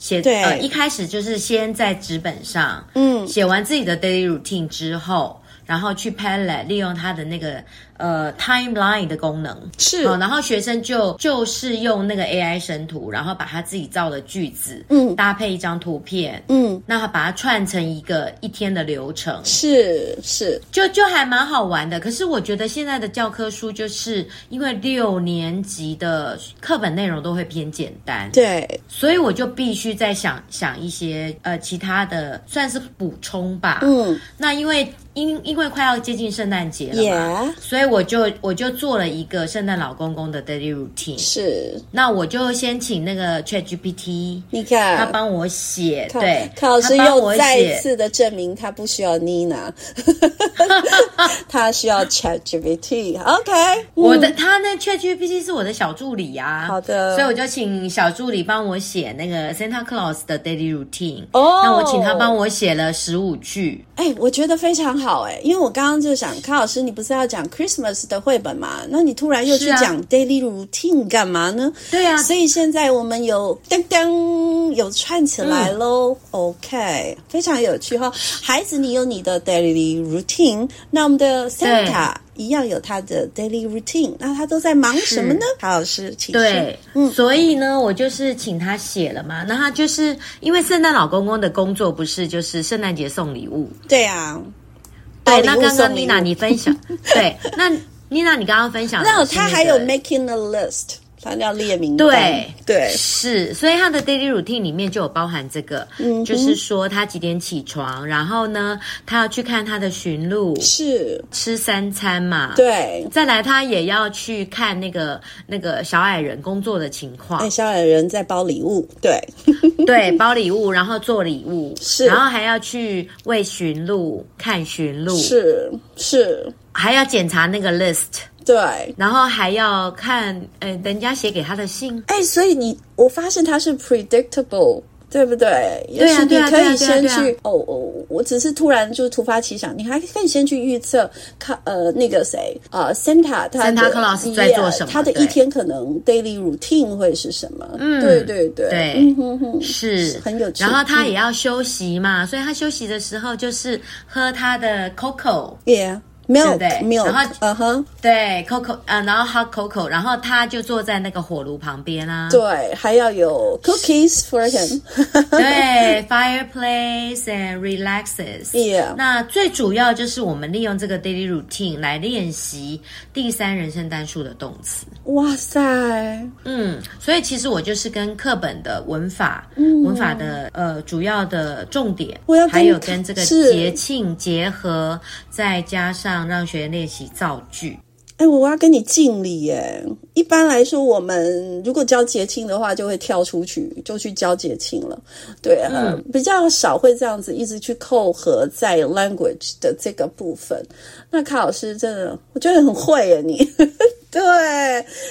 Speaker 2: 写
Speaker 3: 对
Speaker 2: 呃，一开始就是先在纸本上，
Speaker 3: 嗯
Speaker 2: 写完自己的 daily routine 之后，然后去 Padlet 利用它的那个呃 timeline 的功能，
Speaker 3: 是
Speaker 2: 好，然后学生就就是用那个 AI 生图，然后把他自己造的句子，
Speaker 3: 嗯
Speaker 2: 搭配一张图片，
Speaker 3: 嗯，
Speaker 2: 那把它串成一个一天的流程，
Speaker 3: 是是，
Speaker 2: 就就还蛮好玩的。可是我觉得现在的教科书就是因为六年级的课本内容都会偏简单，
Speaker 3: 对，
Speaker 2: 所以我就必须再想想一些呃其他的，算是补充吧。
Speaker 3: 嗯
Speaker 2: 那因为因因为快要接近圣诞节了嘛
Speaker 3: ，Yeah，
Speaker 2: 所以我就我就做了一个圣诞老公公的 daily routine。
Speaker 3: 是，
Speaker 2: 那我就先请那个 Chat GPT，
Speaker 3: 你
Speaker 2: 他
Speaker 3: 看。
Speaker 2: 帮我写，
Speaker 3: 看
Speaker 2: 对，
Speaker 3: 卡老师
Speaker 2: 他帮
Speaker 3: 又
Speaker 2: 我
Speaker 3: 再一
Speaker 2: 写，
Speaker 3: 次嗯的证明他不需要妮
Speaker 2: (laughs)
Speaker 3: 娜，他需要 ChatGPT。OK，嗯
Speaker 2: 我的他那 Chat GPT 是我的小助理啊，
Speaker 3: 好的
Speaker 2: 所以我就请小助理帮我写那个 Santa Claus 的 daily routine。
Speaker 3: 哦
Speaker 2: 那我请他帮我写了十五句，
Speaker 3: 哎、我觉得非常好哎、因为我刚刚就想，卡老师，你不是要讲 Christmas 的绘本嘛？那你突然又去
Speaker 2: 是啊
Speaker 3: 讲 daily routine 干嘛呢？
Speaker 2: 对啊，
Speaker 3: 所以现在我们有噔噔有串起来喽、o
Speaker 2: 嗯
Speaker 3: k 非常有趣哈、孩子，你有你的 daily routine，那我们的 Santa 一样有他的 daily routine，那他都在忙什么呢？卡老师，请说
Speaker 2: 对，
Speaker 3: 嗯
Speaker 2: 所以呢，我就是请他写了嘛。那他就是因为圣诞老公公的工作不是就是圣诞节送礼物，
Speaker 3: 对啊，
Speaker 2: 对。
Speaker 3: 包
Speaker 2: 那
Speaker 3: 礼物
Speaker 2: 刚
Speaker 3: 送
Speaker 2: 刚
Speaker 3: 礼
Speaker 2: 妮娜
Speaker 3: 物
Speaker 2: 你
Speaker 3: (laughs)
Speaker 2: 分享，对，那妮娜你刚刚分享的是
Speaker 3: 那
Speaker 2: 那个，
Speaker 3: 他还有 making a list，他要列名单，
Speaker 2: 对
Speaker 3: 对，
Speaker 2: 是，所以他的 daily routine 里面就有包含这个，
Speaker 3: 嗯哼
Speaker 2: 就是说他几点起床，然后呢，他要去看他的驯鹿，
Speaker 3: 是，
Speaker 2: 吃三餐嘛，。
Speaker 3: 对。
Speaker 2: 再来，他也要去看那个那个小矮人工作的情况
Speaker 3: 哎，。小矮人在包礼物，对， (laughs)
Speaker 2: 对，包礼物，然后做礼物，
Speaker 3: 是
Speaker 2: 然后还要去喂驯鹿、看驯鹿，，
Speaker 3: 是是，
Speaker 2: 还要检查那个 list，
Speaker 3: 对，
Speaker 2: 然后还要看呃人家写给他的信。
Speaker 3: 哎，所以你我发现它是 predictable，对不对？也
Speaker 2: 对啊
Speaker 3: 许你
Speaker 2: 对啊
Speaker 3: 可
Speaker 2: 对啊
Speaker 3: 以
Speaker 2: 对啊
Speaker 3: 先
Speaker 2: 对啊
Speaker 3: 去哦哦，我只是突然就突发奇想，你还可以先去预测，看呃那个谁呃 Santa 他
Speaker 2: Santa
Speaker 3: 的
Speaker 2: Claus 在做什么
Speaker 3: 他的
Speaker 2: 对
Speaker 3: 一天可能 daily routine 会是什么？
Speaker 2: 嗯
Speaker 3: 对对对，
Speaker 2: 对
Speaker 3: 嗯哼哼，
Speaker 2: 是
Speaker 3: 很有趣嗯
Speaker 2: 然后他也要休息嘛，所以他休息的时候就是喝他的 coco，
Speaker 3: ，Yeah，没有
Speaker 2: 对不对
Speaker 3: 没有，
Speaker 2: 然后
Speaker 3: 嗯哼，
Speaker 2: 对 coco 啊、呃，然后喝 coco，然后他就坐在那个火炉旁边啊，
Speaker 3: 对，还要有 cookies for him， (laughs)
Speaker 2: 对 fireplace and relaxes。
Speaker 3: Yeah
Speaker 2: 那最主要就是我们利用这个 daily routine 来练习第三人称单数的动词。
Speaker 3: 哇塞，
Speaker 2: 嗯，所以其实我就是跟课本的文法、文法的呃主要的重点
Speaker 3: 嗯我要，跟
Speaker 2: 还有跟这个
Speaker 3: 是
Speaker 2: 节庆结合，再加上让学员练习造句。
Speaker 3: 哎，我要跟你敬礼耶！一般来说，我们如果教节庆的话，就会跳出去，就去教节庆了。对，呃，比较少会这样子一直去扣合在 language 的这个部分。那卡老师真的，我觉得很会耶，你 (laughs) 对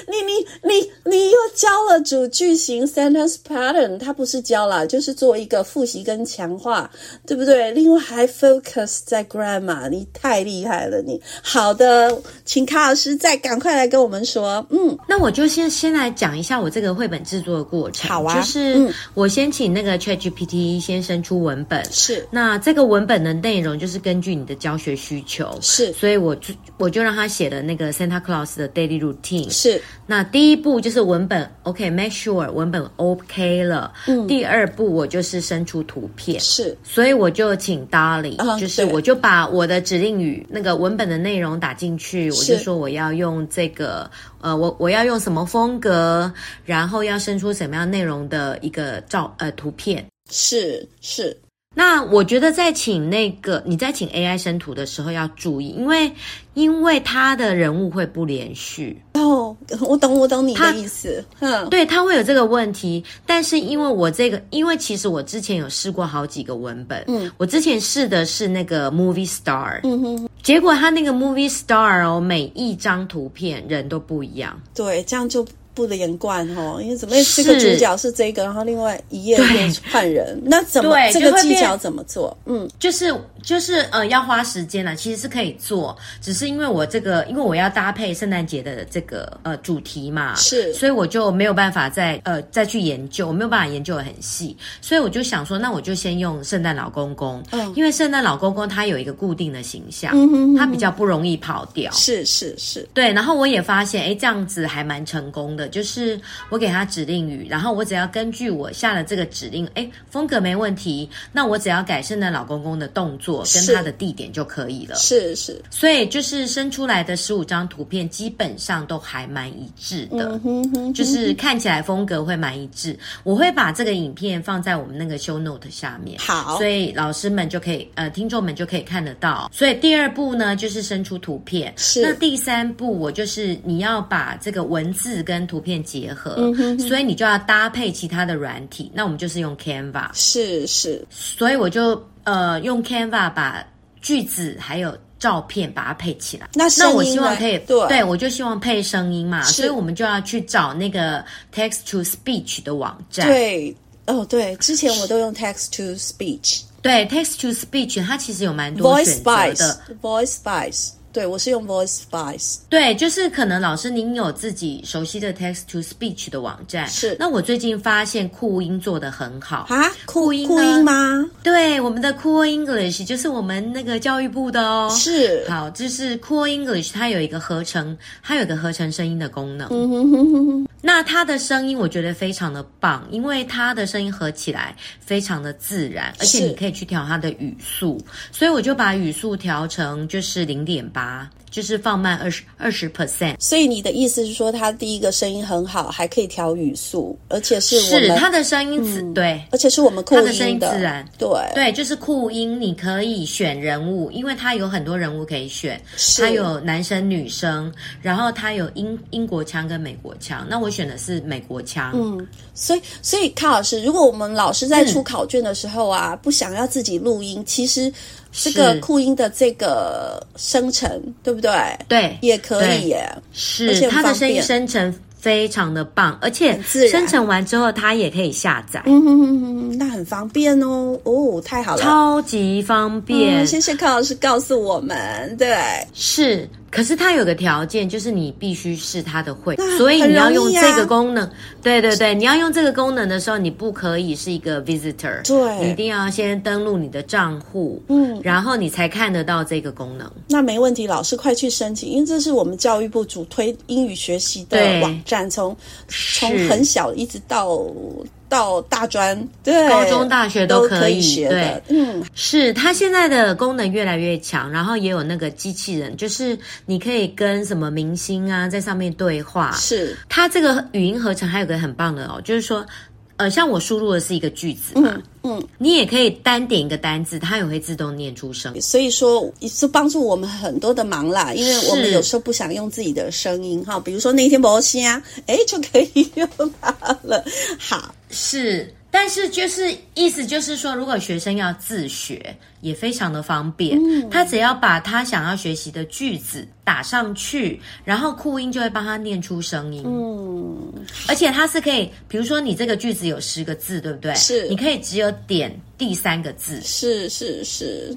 Speaker 3: 你，你你你又教了主句型 sentence pattern，它不是教啦，就是做一个复习跟强化，对不对？另外还 focus 在 grammar，你太厉害了，你好的，请卡老师再赶快来跟我们说，嗯，
Speaker 2: 那我就先先来讲一下我这个绘本制作的过程。
Speaker 3: 好啊
Speaker 2: 就是
Speaker 3: 嗯
Speaker 2: 我先请那个 ChatGPT 先生出文本，
Speaker 3: 是
Speaker 2: 那这个文本的内容就是根据你的教学需求，
Speaker 3: 是
Speaker 2: 所以我就我就让他写了那个 Santa Claus 的 daily routine。
Speaker 3: 是
Speaker 2: 那第一步就是文本 OK，make、sure 文本 OK 了。
Speaker 3: 嗯
Speaker 2: 第二步我就是生出图片。
Speaker 3: 是，
Speaker 2: 所以我就请 Dolly，、
Speaker 3: 啊
Speaker 2: 就是
Speaker 3: 对
Speaker 2: 我就把我的指令语那个文本的内容打进去，我
Speaker 3: 是
Speaker 2: 就说我要用这个，呃，我我要用什么风格，然后要生出什么样内容的一个照呃图片。
Speaker 3: 是是
Speaker 2: 那我觉得在请那个你在请 AI 生图的时候要注意，因为因为它的人物会不连续，
Speaker 3: 哦，我懂我懂你
Speaker 2: 他
Speaker 3: 的意思，嗯，
Speaker 2: 对，它会有这个问题。但是因为我这个，因为其实我之前有试过好几个文本，
Speaker 3: 嗯，
Speaker 2: 我之前试的是那个 Movie Star，
Speaker 3: 嗯哼，
Speaker 2: 结果它那个 Movie Star 哦，每一张图片人都不一样，
Speaker 3: 对，这样就。不连贯哦，因为怎么这个主
Speaker 2: 是
Speaker 3: 角是这个，然后另外一页
Speaker 2: 对
Speaker 3: 又换人，那怎么
Speaker 2: 对
Speaker 3: 这
Speaker 2: 就
Speaker 3: 个
Speaker 2: 会
Speaker 3: 技
Speaker 2: 变
Speaker 3: 巧怎么做？嗯，
Speaker 2: 就是就是呃要花时间啦，其实是可以做，只是因为我这个因为我要搭配圣诞节的这个呃主题嘛，
Speaker 3: 是
Speaker 2: 所以我就没有办法再呃再去研究，我没有办法研究的很细，所以我就想说，那我就先用圣诞老公公，
Speaker 3: 嗯
Speaker 2: 因为圣诞老公公他有一个固定的形象，
Speaker 3: 嗯哼嗯哼
Speaker 2: 他比较不容易跑掉，
Speaker 3: 是是是，
Speaker 2: 对，然后我也发现，哎，这样子还蛮成功的。就是我给他指令语，然后我只要根据我下了这个指令，哎，风格没问题，那我只要改圣诞老公公的动作跟
Speaker 3: 是
Speaker 2: 他的地点就可以了。
Speaker 3: 是是，
Speaker 2: 所以就是生出来的十五张图片，基本上都还蛮一致的。
Speaker 3: 嗯哼哼，
Speaker 2: 就是看起来风格会蛮一致，我会把这个影片放在我们那个 show note 下面，
Speaker 3: 好
Speaker 2: 所以老师们就可以，呃，听众们就可以看得到。所以第二步呢，就是生出图片。
Speaker 3: 是
Speaker 2: 那第三步，我就是你要把这个文字跟图片结合，
Speaker 3: 嗯哼
Speaker 2: 所以你就要搭配其他的软体。那我们就是用 Canva，
Speaker 3: 是是
Speaker 2: 所以我就呃用 Canva 把句子还有照片把它配起来。
Speaker 3: 那声
Speaker 2: 那
Speaker 3: 音
Speaker 2: 我希望可以
Speaker 3: 呢对
Speaker 2: 我就希望配声音嘛，
Speaker 3: 是
Speaker 2: 所以我们就要去找那个 text to speech 的网站。
Speaker 3: 对哦对，之前我都用 text to speech
Speaker 2: 对 text to speech 它其实有蛮多
Speaker 3: voice
Speaker 2: 选择
Speaker 3: spice
Speaker 2: 的。
Speaker 3: voice spice，对我是用 voice spice
Speaker 2: 对，就是可能老师您有自己熟悉的 text to speech 的网站。
Speaker 3: 是
Speaker 2: 那我最近发现酷音做得很好。
Speaker 3: 啊，
Speaker 2: 酷音呢
Speaker 3: 酷音吗？
Speaker 2: 对，我们的 Cool English 就是我们那个教育部的哦。。
Speaker 3: 是，
Speaker 2: 好，就是 Cool English，它有一个合成，它有一个合成声音的功能。
Speaker 3: 嗯哼哼哼哼，
Speaker 2: 那它的声音我觉得非常的棒，因为它的声音合起来非常的自然，而且
Speaker 3: 是
Speaker 2: 你可以去调它的语速，所以我就把语速调成就是零点八，就是放慢二十二十 percent。
Speaker 3: (laughs) 所以你的意思是说，他第一个声音很好，还可以调语速，而且是我
Speaker 2: 是
Speaker 3: 们，嗯
Speaker 2: 它的声音自、对。
Speaker 3: 而且是我们酷
Speaker 2: 它的声
Speaker 3: 音
Speaker 2: 音自然
Speaker 3: 对
Speaker 2: 对，就是酷音，你可以选人物，因为它有很多人物可以选，
Speaker 3: 是
Speaker 2: 它有男生女生，然后它有英英国腔跟美国腔。那我选的是美国腔，
Speaker 3: 嗯所以，所以卡老师，如果我们老师在
Speaker 2: 嗯
Speaker 3: 出考卷的时候啊，不想要自己录音，其实这个
Speaker 2: 是
Speaker 3: 酷音的这个生成，对不对？
Speaker 2: 对，
Speaker 3: 也可
Speaker 2: 对
Speaker 3: 以耶，而且
Speaker 2: 是
Speaker 3: 很
Speaker 2: 它的
Speaker 3: 方
Speaker 2: 声音
Speaker 3: 便
Speaker 2: 生成非常的棒，而且
Speaker 3: 很自然
Speaker 2: 生成完之后它也可以下载，
Speaker 3: 嗯哼哼哼哼，那很方便哦。哦，太好了，
Speaker 2: 超级方便。
Speaker 3: 嗯，谢谢卡老师告诉我们，对，
Speaker 2: 是，可是它有个条件，就是你必须是它的会
Speaker 3: 那，
Speaker 2: 所以
Speaker 3: 很
Speaker 2: 你要
Speaker 3: 容
Speaker 2: 用
Speaker 3: 易
Speaker 2: 这
Speaker 3: 啊
Speaker 2: 个功能。对对对，你要用这个功能的时候，你不可以是一个 visitor，
Speaker 3: 对
Speaker 2: 你一定要先登录你的账户，
Speaker 3: 嗯，
Speaker 2: 然后你才看得到这个功能。
Speaker 3: 那没问题，老师快去申请，因为这是我们教育部主推英语学习的
Speaker 2: 对
Speaker 3: 网站，从从
Speaker 2: 是
Speaker 3: 很小一直到到大专，对，
Speaker 2: 高中大学都
Speaker 3: 都
Speaker 2: 可
Speaker 3: 可
Speaker 2: 以
Speaker 3: 学的，嗯，
Speaker 2: 是它现在的功能越来越强，然后也有那个机器人，就是你可以跟什么明星啊在上面对话。
Speaker 3: 是。
Speaker 2: 它这个语音合成还有个很棒的哦，就是说，呃，像我输入的是一个句子嘛，
Speaker 3: 嗯嗯，
Speaker 2: 你也可以单点一个单字，它也会自动念出声。
Speaker 3: 所以说是帮助我们很多的忙啦，因为我们
Speaker 2: 是
Speaker 3: 有时候不想用自己的声音哈，啊 (laughs) 比如说那一天没虾，哎就可以用它了。好，
Speaker 2: 是。但是就是意思就是说，如果学生要自学，也非常的方便。
Speaker 3: 嗯
Speaker 2: 他只要把他想要学习的句子打上去，然后酷音就会帮他念出声音。
Speaker 3: 嗯，
Speaker 2: 而且它是可以，比如说你这个句子有十个字，对不对？
Speaker 3: 是
Speaker 2: 你可以只有点第三个字，
Speaker 3: 是是是，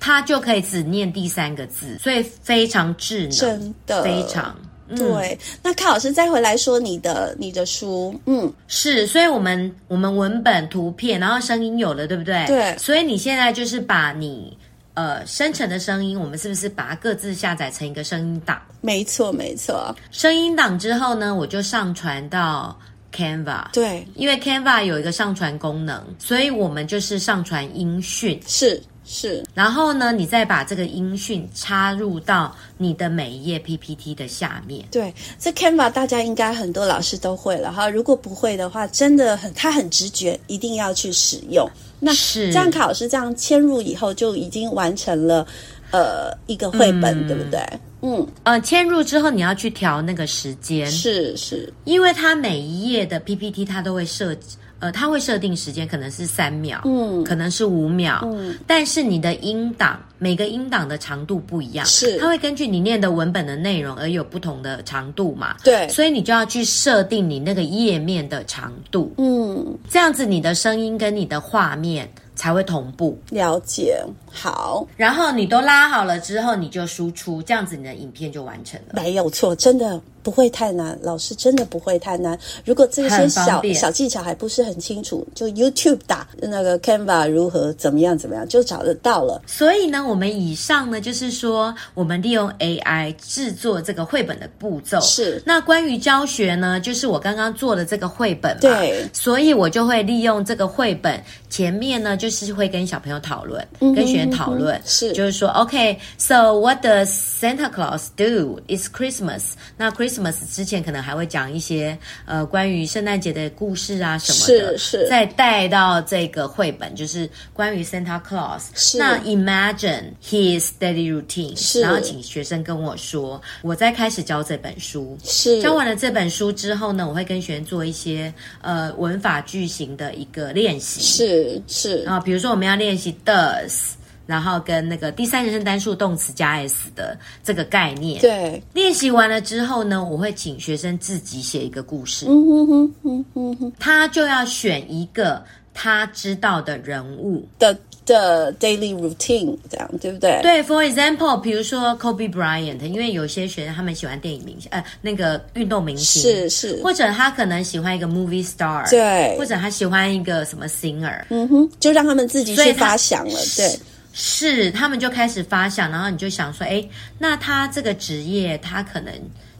Speaker 2: 它就可以只念第三个字，所以非常智能，
Speaker 3: 真的
Speaker 2: 非常。嗯
Speaker 3: 对。那康老师再回来说你的你的书，嗯，
Speaker 2: 是，所以我们我们文本、图片，然后声音有了，对不对？
Speaker 3: 对
Speaker 2: 所以你现在就是把你呃生成的声音，我们是不是把它各自下载成一个声音档？
Speaker 3: 没错没错，
Speaker 2: 声音档之后呢，我就上传到 Canva。
Speaker 3: 对，
Speaker 2: 因为 Canva 有一个上传功能，所以我们就是上传音讯，
Speaker 3: 是是，
Speaker 2: 然后呢，你再把这个音讯插入到你的每一页 PPT 的下面。
Speaker 3: 对，这 Canva 大家应该很多老师都会了哈，如果不会的话，真的很它很直觉，一定要去使用。那
Speaker 2: 是
Speaker 3: 这样，考试这样嵌入以后，就已经完成了呃一个绘本，
Speaker 2: 嗯
Speaker 3: 对不对？嗯，
Speaker 2: 呃，嵌入之后你要去调那个时间，
Speaker 3: 是是，
Speaker 2: 因为它每一页的 PPT 它都会设，呃，它会设定时间，可能是三秒，
Speaker 3: 嗯
Speaker 2: 可能是五秒，
Speaker 3: 嗯，
Speaker 2: 但是你的音档每个音档的长度不一样，
Speaker 3: 是
Speaker 2: 它会根据你念的文本的内容而有不同的长度嘛，
Speaker 3: 对，
Speaker 2: 所以你就要去设定你那个页面的长度，
Speaker 3: 嗯，
Speaker 2: 这样子你的声音跟你的画面才会同步。
Speaker 3: 了解，好，
Speaker 2: 然后你都拉好了之后，你就输出，这样子你的影片就完成了。
Speaker 3: 没有错，真的不会太难，老师真的不会太难。如果这些
Speaker 2: 很方
Speaker 3: 小
Speaker 2: 便
Speaker 3: 小技巧还不是很清楚，就 YouTube 打那个 Canva 如何怎么样怎么样，就找得到了。
Speaker 2: 所以呢，我们以上呢，就是说我们利用 AI 制作这个绘本的步骤。
Speaker 3: 是
Speaker 2: 那关于教学呢，就是我刚刚做的这个绘本嘛，
Speaker 3: 对
Speaker 2: 所以我就会利用这个绘本前面呢，就是会跟小朋友讨论，
Speaker 3: 哼
Speaker 2: 跟学员讨论
Speaker 3: 嗯，哼是
Speaker 2: 就是说，OK，so、what does Santa Claus do? It's Christmas。那 Christmas 之前可能还会讲一些呃关于圣诞节的故事啊什么的，
Speaker 3: 是是
Speaker 2: 再带到这个绘本，就是关于 Santa Claus。
Speaker 3: 是
Speaker 2: 那 Imagine his daily routine，
Speaker 3: 是
Speaker 2: 然后请学生跟我说，我再开始教这本书。
Speaker 3: 是
Speaker 2: 教完了这本书之后呢，我会跟学员做一些呃文法句型的一个练习
Speaker 3: 是是
Speaker 2: 啊，比如说我们要练习 does，然后跟那个第三人称单数动词加 s 的这个概念。
Speaker 3: 对，
Speaker 2: 练习完了之后呢，我会请学生自己写一个故事，
Speaker 3: 嗯哼哼嗯哼哼
Speaker 2: 他就要选一个他知道的人物。
Speaker 3: 的的 daily routine 这样对不对？
Speaker 2: 对，for example，比如说 Kobe Bryant，因为有些学生他们喜欢电影明星，呃，那个运动明星，
Speaker 3: 是是，
Speaker 2: 或者他可能喜欢一个 movie star，
Speaker 3: 对
Speaker 2: 或者他喜欢一个什么 singer，
Speaker 3: 嗯哼，就让他们自己
Speaker 2: 所
Speaker 3: 去
Speaker 2: 以他
Speaker 3: 发想了，对，
Speaker 2: 是他们就开始发想，然后你就想说，哎，那他这个职业，他可能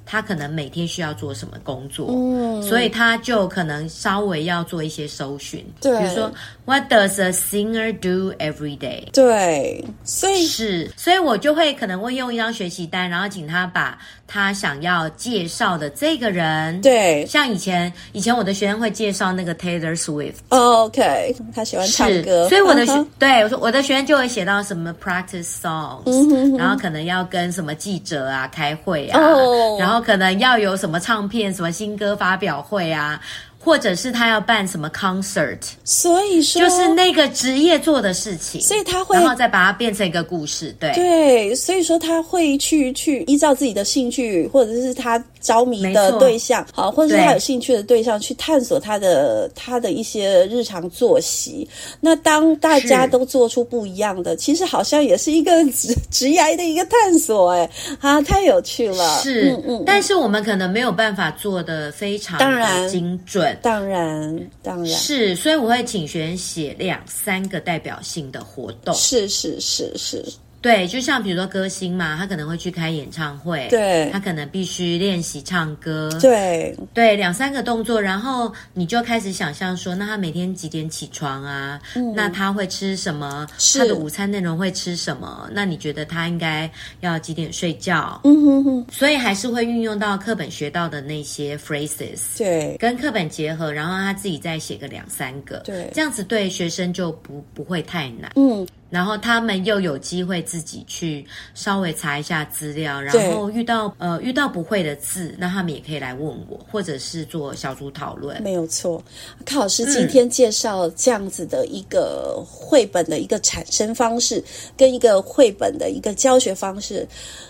Speaker 2: 他可能每天需要做什么工作，
Speaker 3: 嗯
Speaker 2: 所以他就可能稍微要做一些搜寻，
Speaker 3: 对
Speaker 2: 比如说 What does a singer do every day？
Speaker 3: 对，所以
Speaker 2: 是，所以我就会可能会用一张学习单，然后请他把他想要介绍的这个人，，
Speaker 3: 对
Speaker 2: 像以前以前我的学生会介绍那个 Taylor Swift，
Speaker 3: 哦，OK，他喜欢唱
Speaker 2: 是，
Speaker 3: 歌，
Speaker 2: 所以我的学、
Speaker 3: 嗯哼
Speaker 2: 对我说我的学生就会写到什么 practice songs，、
Speaker 3: 嗯哼哼
Speaker 2: 然后可能要跟什么记者啊开会啊，
Speaker 3: 哦
Speaker 2: 然后可能要有什么唱片、什么新歌发表会啊，或者是他要办什么 concert，
Speaker 3: 所以说
Speaker 2: 就是那个职业做的事情，
Speaker 3: 啊所以他会
Speaker 2: 然后再把它变成一个故事，对。
Speaker 3: 对，所以说他会去去依照自己的兴趣，或者是他着迷
Speaker 2: 没
Speaker 3: 的
Speaker 2: 错
Speaker 3: 对象，好，或者是
Speaker 2: 对
Speaker 3: 他有兴趣的对象，去探索他的他的一些日常作息。那当大家
Speaker 2: 是
Speaker 3: 都做出不一样的，其实好像也是一个 (laughs) 职职业的一个探索、哎，啊，太有趣了，
Speaker 2: 是，
Speaker 3: 嗯嗯，
Speaker 2: 但是我们可能没有办法做的非常
Speaker 3: 当然
Speaker 2: 的精准，
Speaker 3: 当然当然
Speaker 2: 是，所以我会请学员写两三个代表性的活动，
Speaker 3: 是是是是，
Speaker 2: 对，就像比如说歌星嘛，他可能会去开演唱会，
Speaker 3: 对
Speaker 2: 他可能必须练习唱歌，
Speaker 3: 对，
Speaker 2: 对，两三个动作，然后你就开始想象说，那他每天几点起床啊？那他会吃什么？
Speaker 3: 嗯是
Speaker 2: 他的午餐内容会吃什么？那你觉得他应该要几点睡觉？
Speaker 3: 嗯哼哼，
Speaker 2: 所以还是会运用到课本学到的那些 phrases。
Speaker 3: 对。
Speaker 2: 跟课本结合，然后他自己再写个两三个，
Speaker 3: 对
Speaker 2: 这样子对学生就不不会太难。
Speaker 3: 嗯，
Speaker 2: 然后他们又有机会自己去稍微查一下资料，然
Speaker 3: 对
Speaker 2: 后遇到呃遇到不会的字，那他们也可以来问我，或者是做小组讨论。
Speaker 3: 没有错，康老师今天介绍这样子的一个绘本的一个产生方式，跟一个绘本的一个教学方式，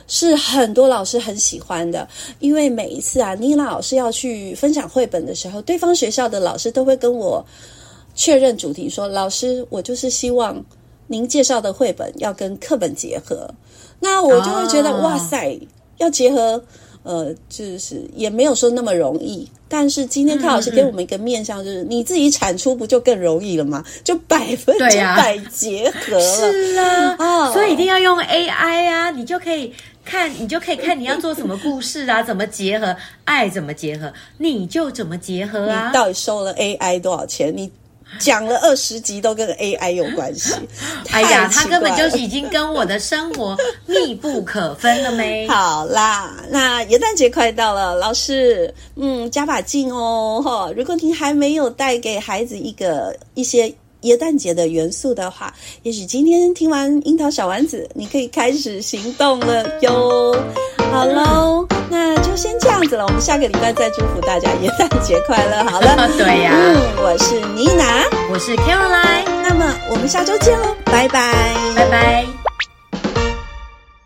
Speaker 3: 是很多老师很喜欢的。因为每一次啊，妮娜老师要去分享绘本的时候，对方学校的老师都会跟我确认主题说，老师，我就是希望您介绍的绘本要跟课本结合。那我就会觉得，
Speaker 2: 哦
Speaker 3: 哇塞，要结合，呃，就是也没有说那么容易。但是今天康老师给我们一个面向，就是、你自己产出不就更容易了吗？就百分之
Speaker 2: 对呀
Speaker 3: 百结合了。
Speaker 2: 是啊，
Speaker 3: 哦
Speaker 2: 所以一定要用 AI 啊，你就可以看，你就可以看你要做什么故事啊，怎么结合 (laughs) 爱，怎么结合，你就怎么结合啊
Speaker 3: 你。到底收了 AI 多少钱？你讲了二十集都跟 AI 有关系，
Speaker 2: 哎
Speaker 3: 太
Speaker 2: 呀，他
Speaker 3: 奇
Speaker 2: 根本
Speaker 3: 怪
Speaker 2: 就
Speaker 3: 了
Speaker 2: 是已经跟我的生活密不可分了
Speaker 3: (laughs)
Speaker 2: 没？，
Speaker 3: 好啦，那元旦节快到了，老师，嗯，加把劲哦，哈！如果您还没有带给孩子一个一些元旦节的元素的话，也许今天听完樱桃小丸子，你可以开始行动了哟。好喽，那就先这样子了，我们下个礼拜再祝福大家元旦节快乐。好了
Speaker 2: (laughs) 对呀
Speaker 3: 嗯，我是妮娜，
Speaker 2: 我是 Caroline，
Speaker 3: 那么我们下周见喽，拜拜
Speaker 2: 拜拜。